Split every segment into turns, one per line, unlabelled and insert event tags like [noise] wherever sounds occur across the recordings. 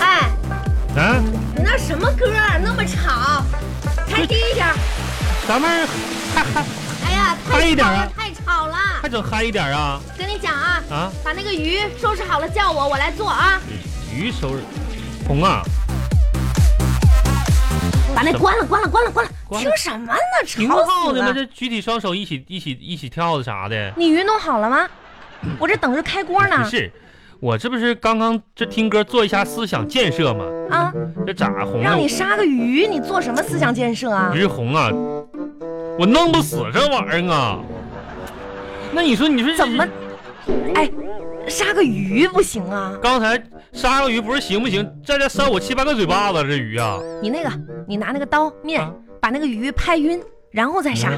哎
啊咱们还还
哎呀，
嗨
太
一
吵
点啊
了，太吵了！
还整嗨一点啊
跟你讲啊，
啊！
把那个鱼收拾好了叫我，我来做啊。
鱼收拾，红啊，
把那关了，关了，关了，关了！
关了
听什么呢？
挺
吵
好
死
的嘛，
了！
这举起双手一起一起一起跳的啥的。
你鱼弄好了
[clears throat]
吗？我这等着开锅
不
呢。
是，我这不是刚刚这听歌做一下思想建设吗？
啊，
这咋红了
让？你杀个鱼，你做什么思想建设啊
不？是红啊，我弄不死这玩意儿啊。那你说，你说这
怎么？哎，杀个鱼不行啊！
刚才杀个鱼不是行不行？在这扇我七八个嘴巴子，这鱼啊，
你那个，你拿那个刀面
啊
把那个鱼拍晕，然后再杀，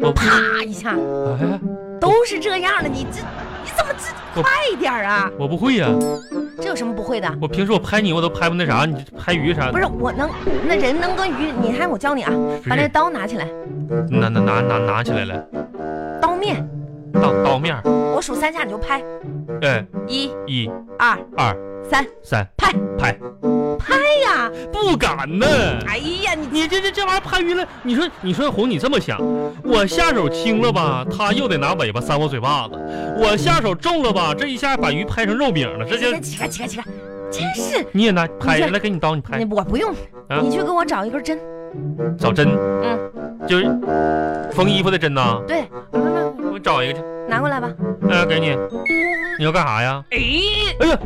我不
啪一下，
哎，
都是这样的。你这你怎么这
我
快一点啊？
我不会呀、
这有什么不会的？
我平时我拍你我都拍不那啥，你这拍鱼啥？
不是我能，那人能跟鱼，你看我教你啊，把那刀拿起来，
拿拿拿拿拿起来了，
刀面，
刀刀面儿，
我数三下你就拍，
哎，
一
一
二
二
三，
三，
拍
拍，
哎呀，
不敢呢。
哎呀，你
你这这这玩意儿拍晕了，你说你说红，你这么想，我下手轻了吧，他又得拿尾巴扇我嘴巴子；我下手重了吧，这一下把鱼拍成肉饼了，这就
这起开起开起开，真是，
你也拿拍
你这
来给你刀，你
你
拍
我不用，
啊
你去给我找一根针，
找针，
嗯，
就是缝衣服的针呐、
对，慢慢
我找一个去，
拿过来吧。
呃，给你，你要干啥呀？
哎，
哎呀，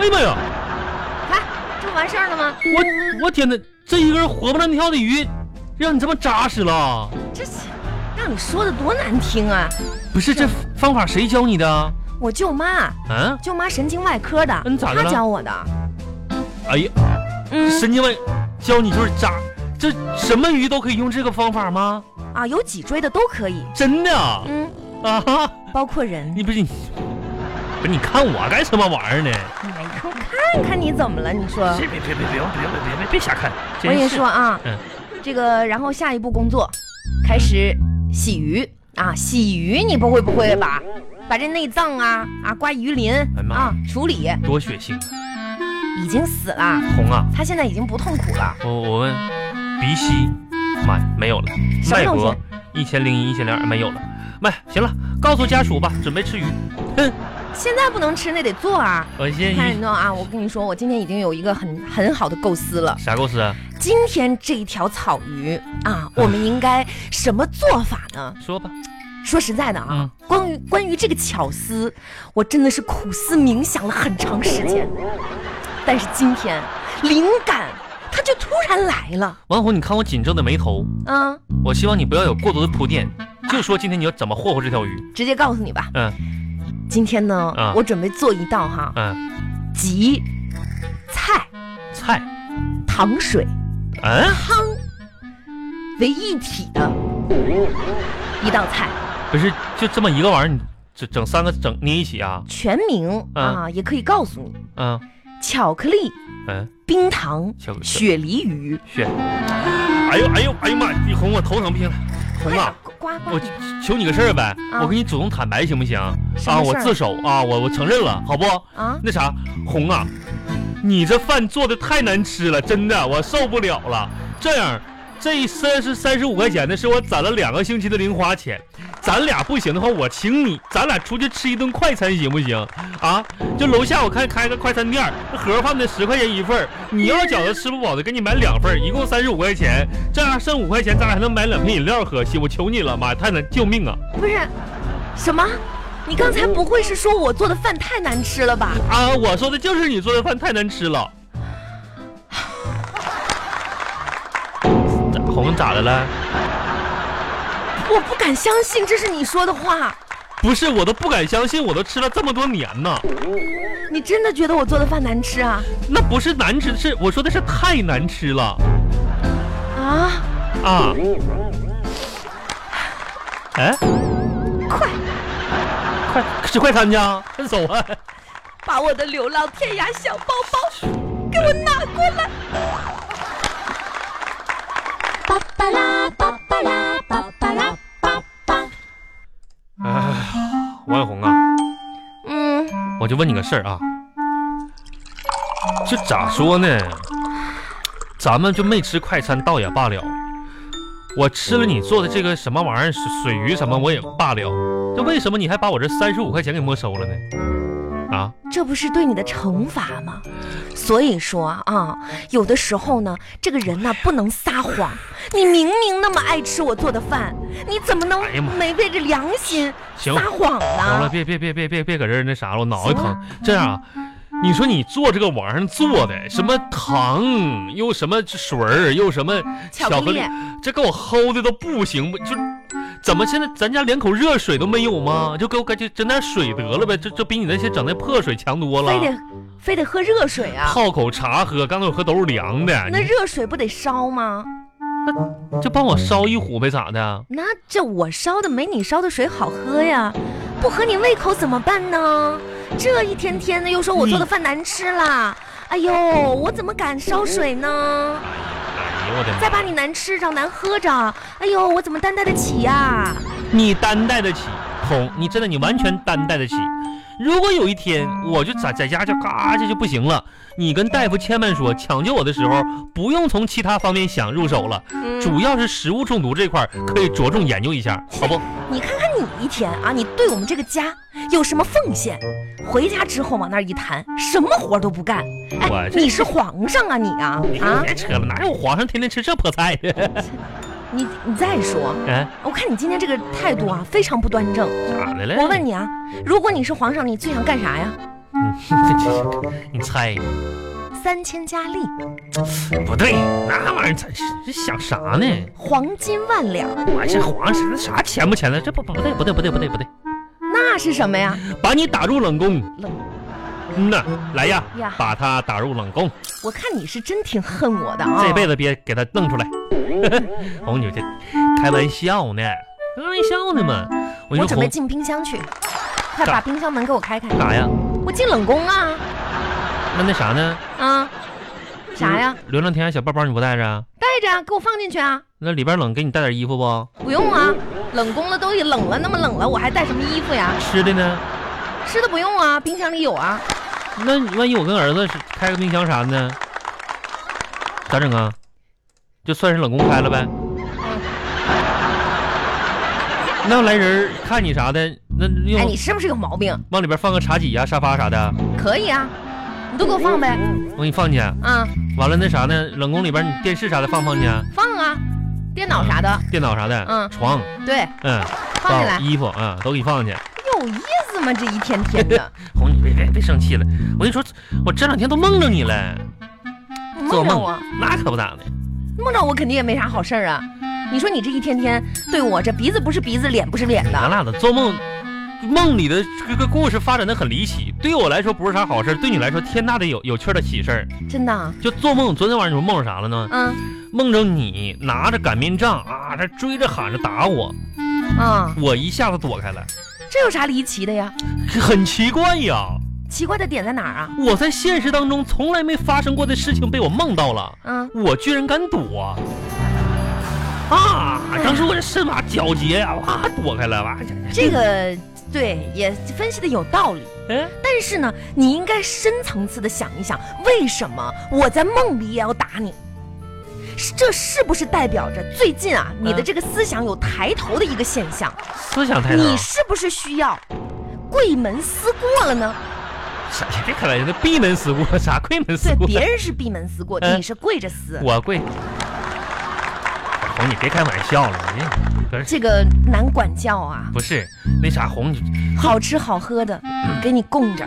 哎呀妈呀！
哎看这不完事儿了吗？
我我天哪，这一根活蹦乱跳的鱼，让你这么扎实了？
这是让你说的多难听啊！
不是，这方法谁教你的？
我舅妈，
啊？
舅妈神经外科的，
嗯咋的
她
了
教我的，
哎呀，
嗯
神经外教你就是扎，这什么鱼都可以用这个方法吗？
啊，有脊椎的都可以，
真的啊？
嗯，
啊哈，
包括人。
你不是你，不是你看我干什么玩意儿呢？
哎呦，看看你怎么了？你说，
别别别别别别别别别瞎看！
啊我跟你说，啊，
嗯
这个，然后下一步工作，开始洗鱼啊，洗鱼你不会不会吧？把这内脏啊啊刮鱼鳞
哎妈
啊处理，
多血腥！
已经死了，
红啊，
他现在已经不痛苦了。
我我问，鼻息，妈呀，没有了，
什么
脉
东西
搏一千零一、一千零二没有了，妈呀，行了，告诉家属吧，准备吃鱼。哼，
现在不能吃，那得做啊。
我先
看你
一
弄啊，我跟你说，我今天已经有一个很很好的构思了。
啥构思啊？
今天这一条草鱼啊，我们应该什么做法呢？
说吧，
说实在的啊
嗯，
关于关于这个巧思，我真的是苦思冥想了很长时间。但是今天灵感它就突然来了，
王红，你看我紧皱的眉头，
嗯，
我希望你不要有过多的铺垫，就说今天你要怎么霍霍这条鱼。
直接告诉你吧，
嗯
今天呢，
啊
我准备做一道哈
嗯，
集菜、
菜，
糖水、
嗯，
汤为一体的一道菜，
不是就这么一个玩意儿，你整整三个整捏一起啊？
全名啊
啊
也可以告诉你，
嗯
巧克力、
嗯，
冰糖、
巧克力
雪梨鱼。
血。哎呦哎呦哎呦妈！你红我头疼不行了，红
快点
啊！，
呱呱
我求求你个事儿呗，
啊
我跟你主动坦白行不行？
什
啊，
么事
我
儿
自首啊，我我承认了，好不？
啊！
那啥，红啊，你这饭做的太难吃了，真的，我受不了了。这样，这三十三十五块钱呢，是我攒了两个星期的零花钱。咱俩不行的话，我请你，咱俩出去吃一顿快餐行不行？啊，就楼下我看开个快餐店儿，那盒饭的十块钱一份儿你要饺子吃不饱的，给你买两份儿一共三十五块钱，这样剩五块钱，咱俩还能买两瓶饮料喝。我求你了，妈呀，太难，救命啊！
不是，什么？你刚才不会是说我做的饭太难吃了吧？
啊，我说的就是你做的饭太难吃了。咋红咋的了？
我不敢相信这是你说的话。
不是，我都不敢相信，我都吃了这么多年呢，
你真的觉得我做的饭难吃啊？
那不是难吃，是我说的是太难吃了
啊！
啊！哎，
快
快吃快餐去，啊！快 [laughs] 走啊！
把我的流浪天涯小包包给我拿过来！
巴巴拉巴巴拉巴巴拉巴巴。
哎，王小红啊，
嗯，
我就问你个事儿啊，这咋说呢？咱们就没吃快餐倒也罢了，我吃了你做的这个什么玩意儿水水鱼什么我也罢了，这为什么你还把我这三十五块钱给没收了呢？啊，
这不是对你的惩罚吗？所以说啊，有的时候呢，这个人呢不能撒谎。你明明那么爱吃我做的饭，你怎么能
哎呀妈
违背着良心
行
撒谎
行了，
呢？
别别别别别别搁这儿那啥了，我脑袋
啊行
疼
了。
这样啊，你说你做这个玩意儿做的什么糖，又什么水儿，又什么
巧
巧
克
克
力
力，这给我齁的都不行，就怎么现在咱家连口热水都没有吗？就给我赶紧整点水得了呗，这这比你那些整那破水强多了
非。得非得喝热水啊？
泡口茶喝，刚才我喝都是凉的，
那
哎你
热水不得烧吗？
就帮我烧一壶呗，咋的？啊
那这我烧的没你烧的水好喝呀，不合你胃口怎么办呢？这一天天的又说
嗯
我做的饭难吃啦，哎呦，我怎么敢烧水呢？
哎呦我的妈！
再把你难吃着、难喝着，哎呦，我怎么担待得起呀、
你担待得起，红，你真的你完全担待得起。如果有一天我就在在家就嘎这就不行了，你跟大夫千万说，抢救我的时候不用从其他方面想入手了，
嗯
主要是食物中毒这块儿可以着重研究一下，好不？
你看看你一天啊，你对我们这个家有什么奉献？回家之后往那儿一谈，什么活都不干。哎
我，这
你是皇上啊你
[laughs]
啊
你
啊！
别哎扯了，哪有皇上天天吃这破菜？ [laughs]
你你再说，
哎，
我看你今天这个态度啊，非常不端正。
咋的了？
我问你啊，如果你是皇上，你最想干啥呀？
[laughs] 你，你猜
三千佳丽，
不对，那玩意儿真是这想啥呢？
黄金万两，
我这皇上这啥钱不钱的？这不不对不对不对不对不对，
那是什么呀？
把你打入冷宫。
冷，
嗯呐，来呀
呀，
把他打入冷宫，
我看你是真挺恨我的啊！
这辈
子
子别给他弄出来。 [laughs] 红姐这开玩笑呢，开玩笑呢嘛。
我
我跟
准
你说
备
红，
进冰箱去，快
干
把冰箱门给我开开。
干啥呀？
我进冷宫啊
那那啥呢？
啊！啥呀？？
流浪天涯小包包你不带着啊？
带着啊，给我放进去啊！
那里边冷，给你带点衣服不？
不用啊，冷宫了都冷了，那么冷了，我还带什么衣服呀？
吃的呢？
吃的不用啊，冰箱里有啊。
那你万一我跟儿子是开个冰箱啥的呢？咋整啊？就算是冷宫开了呗。
嗯
那来人儿看你啥的，那
哎，
用
你是不是有毛病？
往里边放个茶几呀、沙发啥的，
可以啊，你都给我放呗
我给你放去。
啊，
完了那啥呢？冷宫里边你电视啥的放放去啊，
放啊，电脑啥的，
电脑啥的，
嗯
床，
对，
嗯，
放进来
包。衣服啊、嗯都给你放去。
有意思吗？这一天天
[laughs]
的，
红，你别别别生气了，我跟你说，我这两天都梦着你了，
你
做
梦着
梦
我，，
那可不咋的。
梦着我肯定也没啥好事儿啊。你说你这一天天对我这鼻子不是鼻子，脸不是脸
咱
的，
俩的做梦，梦里的这个故事发展的很离奇，对我来说不是啥好事儿，对你来说天大的有有趣儿的喜事儿。
真的啊，
就做梦，昨天晚上你们梦着啥了呢？
嗯
梦着你拿着擀面杖啊，这追着喊着打我，
啊，
我一下子躲开了，
这有啥离奇的呀？
很奇怪呀。
奇怪的点在哪儿啊？
我在现实当中从来没发生过的事情被我梦到了，
嗯，
我居然敢躲！啊！当时我这身马皎洁呀，啊哇，躲开了，哇！
这个对也分析的有道理，
哎，
但是呢，你应该深层次的想一想，为什么我在梦里也要打你？是这是不是代表着最近啊，你的
嗯
这个思想有抬头的一个现象？
思想太
你
冷。
是不是需要贵门思过了呢？
啥？别开玩笑，那闭门思过，啥贵门思
对，
过？
别人是闭门思过，
嗯
你是跪着思。
我跪。红，你别开玩笑了，你不是
这个难管教啊，
不是那啥红，你
好吃好喝的
嗯
给你供着，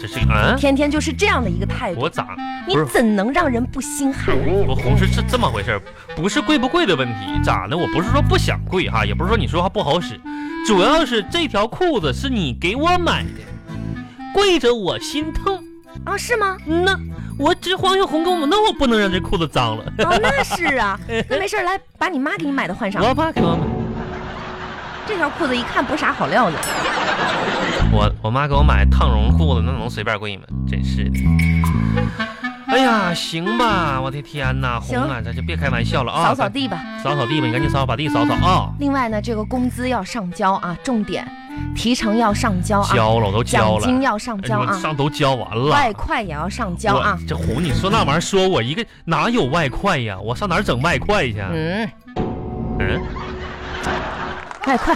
这是啊？
天天就是这样的一个态度，
我咋
你
不是
怎能让人不心寒？嗯
我红是这这么回事儿，不是贵不贵的问题，咋的？我不是说不想贵哈，也不是说你说话不好使，主要是这条裤子是你给我买的，贵着我心疼。
啊，是吗？
那我这黄小红跟我，那我不能让这裤子脏了，
[laughs] 啊，那是啊，那没事儿，来把你妈给你买的换上。
我爸给我买，
这条裤子一看不是啥好料子，
我我妈给我买烫绒裤子，那能随便贵吗？真是的。哎呀，行吧，我的天呐，红啊，咱就别开玩笑了啊！
扫扫地吧。哦
扫扫地吧，你赶紧扫，把地扫扫啊！
另外呢，这个工资要上交啊，重点提成要上交啊，
交了，我都交
奖
了。
金要上
哎
交
我
啊，
上都交完了，
外快也要上交啊
我。这虎，你说那玩意儿，说我一个哪有外快呀？我上哪儿整外快去？
嗯，
啊嗯，
哎，快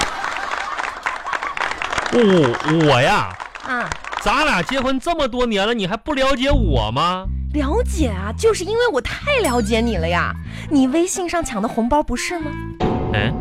我哦我呀，
啊！
咱俩结婚这么多年了，你还不了解我吗？
了解啊，就是因为我太了解
哎
你了呀。你微信上抢的红包不是吗？
嗯，